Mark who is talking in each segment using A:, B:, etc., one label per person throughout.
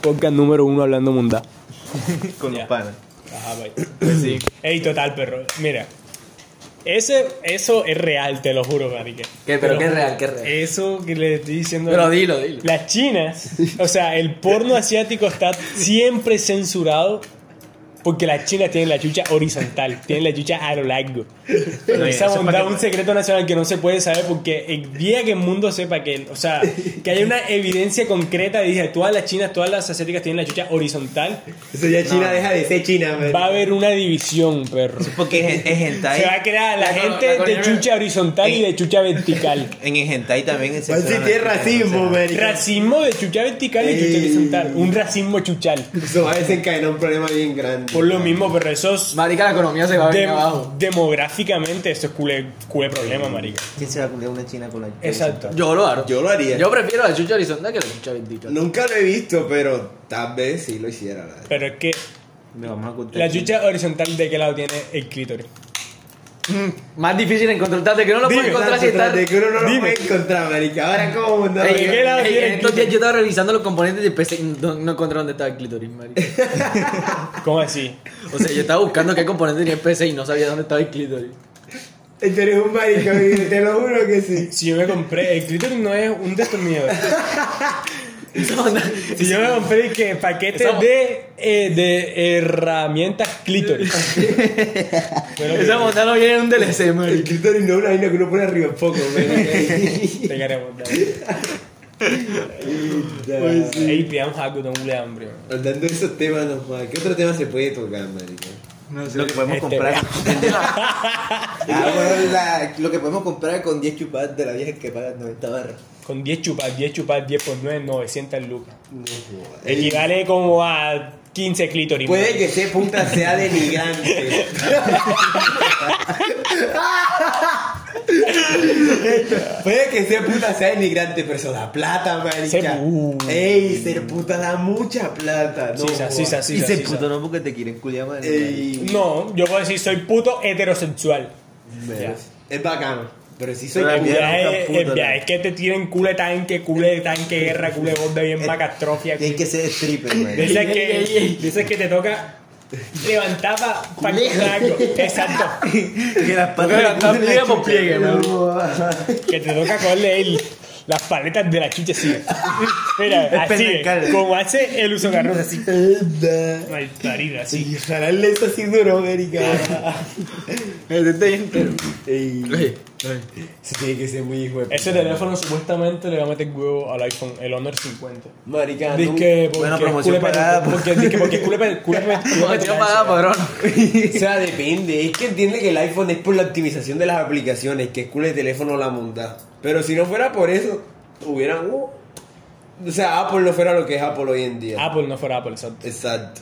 A: podcast número uno hablando mundá.
B: con
C: Ya.
B: los panas.
C: Ajá, güey.
B: Pues sí.
C: Ey, total, perro. Mira. Ese, eso es real, te lo juro, marica.
D: ¿Qué? ¿Pero
C: Te lo
D: qué es
C: juro.
D: real? ¿Qué es real?
C: Eso que le estoy diciendo.
D: Pero dilo, dilo.
C: Las chinas, o sea, el porno asiático está siempre censurado porque las chinas tienen la chucha horizontal, tienen la chucha a lo largo.
B: Oye,
C: Esa
B: eso es para
C: bondad,
B: que-
C: un secreto nacional que no se puede saber porque el día que el mundo sepa que, o sea, que haya una evidencia concreta, dije, todas las chinas, todas las asiáticas tienen la chucha horizontal,
E: Eso ya China deja de ser China, man.
C: va a haber una división, perro.
B: Porque es, es hentai.
C: Se va a crear la,
D: La cor-
C: gente
D: la
C: de
D: coreana-
C: chucha horizontal y de chucha vertical.
B: En el hentai también es
E: Va a existir racismo, man.
C: Racismo de chucha vertical y chucha
E: Ey.
C: horizontal. Un racismo chuchal.
E: Eso va a desencadenar un problema bien grande.
C: Por lo mismo, pero eso es
D: Marica, la economía se va a venir
C: dem-
D: abajo.
C: demográficamente eso es cule, cule problema, marica.
B: ¿Quién se va a culiar una china con la
C: Exacto.
D: Yo lo hago.
E: Yo lo haría.
D: Yo prefiero la chucha horizontal que la chucha bendita.
E: Nunca lo he visto, pero tal vez sí lo hiciera. la verdad.
C: Pero es que
B: Me vamos a contar.
C: la chucha horizontal, ¿de qué lado tiene el clítoris?
D: Mm. Más difícil encontrarte que no lo puedes encontrar si estás.
E: De que uno no lo
C: Dime.
E: puede encontrar, marica. Ahora, ¿cómo? No,
D: Ey,
C: ¿De qué lado
D: ey,
C: tiene el
D: estos días
C: clítoris?
D: yo estaba revisando los componentes de PC y no, no encontré dónde estaba el clítoris, marica.
C: ¿Cómo así?
D: O sea, yo estaba buscando qué componente tenía el PC y no sabía dónde estaba el clítoris.
E: Tú eres un marica, marica, te lo juro que sí.
C: Si yo me compré, el clítoris no es un destornillador.
D: Esa onda-
C: Si yo me compré que paquete
D: Esa-
C: de, eh, de herramientas clítoris. Fue lo que-
D: Esa montaña no viene en un DLC,
E: El
D: marica.
E: clítoris no es una vaina que uno pone arriba en poco, marica.
C: Te queremos. dale.
E: Pues
C: Ey, pidamos algo, no le hambre. man.
E: Hablando de esos temas, no, jodas, ¿qué otro tema se puede tocar, marica?
B: Lo que podemos
C: Este,
B: comprar.
E: Ah, bueno, la- lo que podemos comprar con 10 chupadas de la vieja que paga 90 barras.
C: Con 10 chupas, 10 chupas, 10 por 9, 900 lucas.
E: No, jodas.
C: Equivale como a 15 clítoris. man.
E: Puede que ese punta sea denigrante. Puede que ser puta sea denigrante, pero eso da plata, marica.
C: Ser- uh.
E: Ey, ser puta da mucha plata. No,
C: Sisa, sisa, sisa,
B: Y se
C: sisa.
B: puto no porque te quieren culiar, man.
E: Ey,
C: No, yo puedo decir soy puto heterosexual. Ya.
E: Es bacano, pero si soy
B: Pero
C: El
B: También
E: puta.
B: no
C: viaje,
B: están puto,
C: el viaje
B: ¿no?
C: es que te tienen cule tanque, cule tanque, guerra, cule bomba bien macastrofia.
B: Tienes que ser stripper, man.
C: Dices
D: Ey, ey,
C: que,
D: ey.
C: dices que te toca levantar para pa costar algo. Exacto.
B: que las
D: Porque la
B: patas.
D: pliegue por pliegue, marica.
C: Que te toca cogerle el- las paletas de la chucha así. Mira, así.
B: pernacal.
C: Como hace el uso garros así. Malparida, así.
E: Y jalarle eso así duro, marica. Ey,
D: Ey,
E: eso tiene que ser muy hijo de
C: Ese
E: puta.
C: teléfono supuestamente le va a meter huevo al iPhone, el Honor 50.
E: Marica,
C: Dice
E: no-
C: que porque
B: Bueno, promoción
C: es culé
B: pagada, pues.
C: pedo- Porque dice que porque es culé pedo- culé pedo- culé
D: No,
C: pedo-
D: tío, pagada, padrón.
E: O sea, depende. Es que entiende que el iPhone es por la optimización de las aplicaciones, que es cool el teléfono la monta. Pero si no fuera por eso, hubieran. uh, o sea, Apple no fuera lo que es Apple hoy en día.
C: Apple no fuera Apple, exacto.
E: Exacto.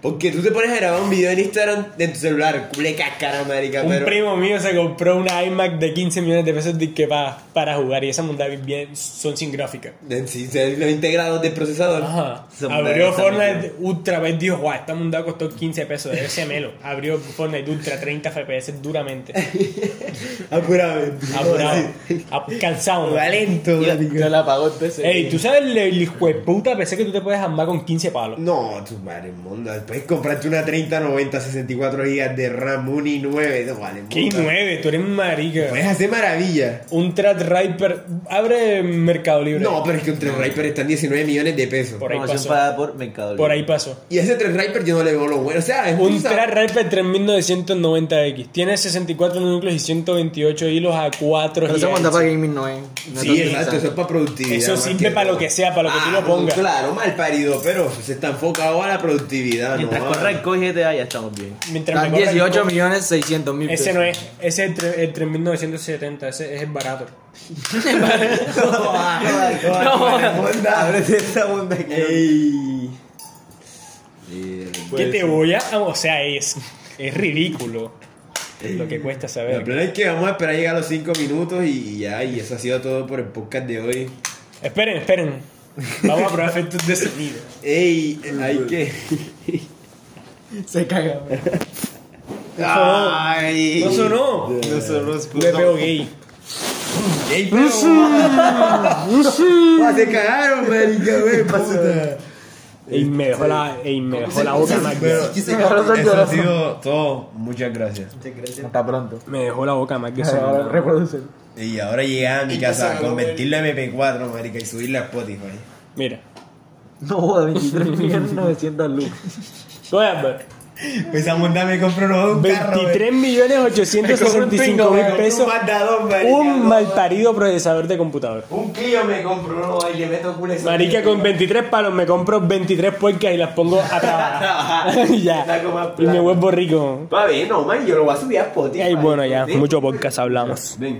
E: Porque tú te pones a grabar un video en Instagram de tu celular, cule cáscara, marica,
C: Un
E: pero.
C: primo mío se compró una iMac de 15 millones de pesos de que pa- para jugar y esa montada bien son sin gráfica.
E: en sí, se- los integrados de procesador.
C: Ajá.
B: Esa montada
C: Abrió
B: está
C: Fortnite Ultra, vez dijo, guau, esta montada costó 15 pesos, debe ser melo. Abrió Fortnite Ultra 30 FPS duramente.
E: Apurado.
C: Apurado. Ap- cansado. man.
E: Valento,
D: Se la pagó el PC.
C: Ey, ¿tú sabes el, el hijo de puta PC que tú te puedes armar con 15 palos?
E: No, tu madre monda. Puedes comprarte una 30, 90, 64 GB de RAM, un i9. No vale,
C: ¿Qué
E: monda.
C: 9? Tú eres un marica.
E: Puedes hacer maravilla.
C: Un Trad Riper. Abre Mercado Libre.
E: No, pero es que un 3 Riper está en 19 millones de pesos.
C: Por ahí
B: Promoción
C: pasó.
B: pagada por Mercado Libre.
C: Por ahí pasó.
E: Y ese 3 Riper yo no le veo lo bueno. O sea, es
C: Un
E: sa-
C: Trad Riper 3990X. Tiene 64 núcleos y 128 hilos a 4
D: Pero esa monta
C: gigahertz.
D: para gaming no es. no es
E: Sí,
D: utilizable.
E: exacto, eso es para productividad.
C: Eso
E: más
C: sirve para lo
E: todo. Ah,
C: que sea, para lo que tú lo pongas.
E: Claro, mal parido, pero se está enfocado a la productividad.
B: Mientras
E: no,
B: corra el coge GTA ya estamos bien.
C: Mientras
D: Están
C: me corra el
D: 18
C: co-
D: millones 600 mil pesos.
C: Ese no es. Ese es el, tre- el 3970. Ese es el barato.
B: Ábrete esa bomba que
E: Ey.
C: que te voy a. ah, O sea, es. Es ridículo. Lo que cuesta
E: El
C: saber.
E: plan es que vamos a esperar llegar a los 5 minutos y ya, y eso ha sido todo por el podcast de hoy.
C: Esperen, esperen. Vamos a probar efectos de sonido.
E: Ey, hay que.
D: Se caga. bro.
B: Ay.
C: No sonó.
B: No sonó.
C: Me veo gay.
E: ¡Ey, pero! ¡Te cagaron, marica, güey! puta.
C: Y me dejó la, y me dejó la boca más
A: Pero
C: grande.
A: eso ha sido todo. Muchas gracias.
B: Muchas gracias. Hasta pronto.
C: Me dejó la boca más
D: Ah,
B: Ahora
C: grande.
B: reproducen.
A: Y ahora llegué a mi
E: Y
A: casa a
E: empezaron a ver.
A: convertirlo en MP4, marica, y subirla a Spotify.
C: Mira.
B: No, de 23.900 lucas.
C: Bueno,
A: Pues a montar me compró unos- un carro.
C: 23 millones mil pesos.
E: mandadón, marica,
C: Un
E: no.
C: malparido procesador de computador.
E: Un Clio me compró uno y le meto culo ese.
C: Marica, con 23 palos me compro 23 puercas y las pongo a trabajar. Y ya.
E: Saco más
C: Y me
E: plata.
C: vuelvo rico.
E: Va bien, no, man, yo lo voy a subir a Spotify.
C: Y bueno, ya,
E: ¿Sí?
C: mucho podcast hablamos.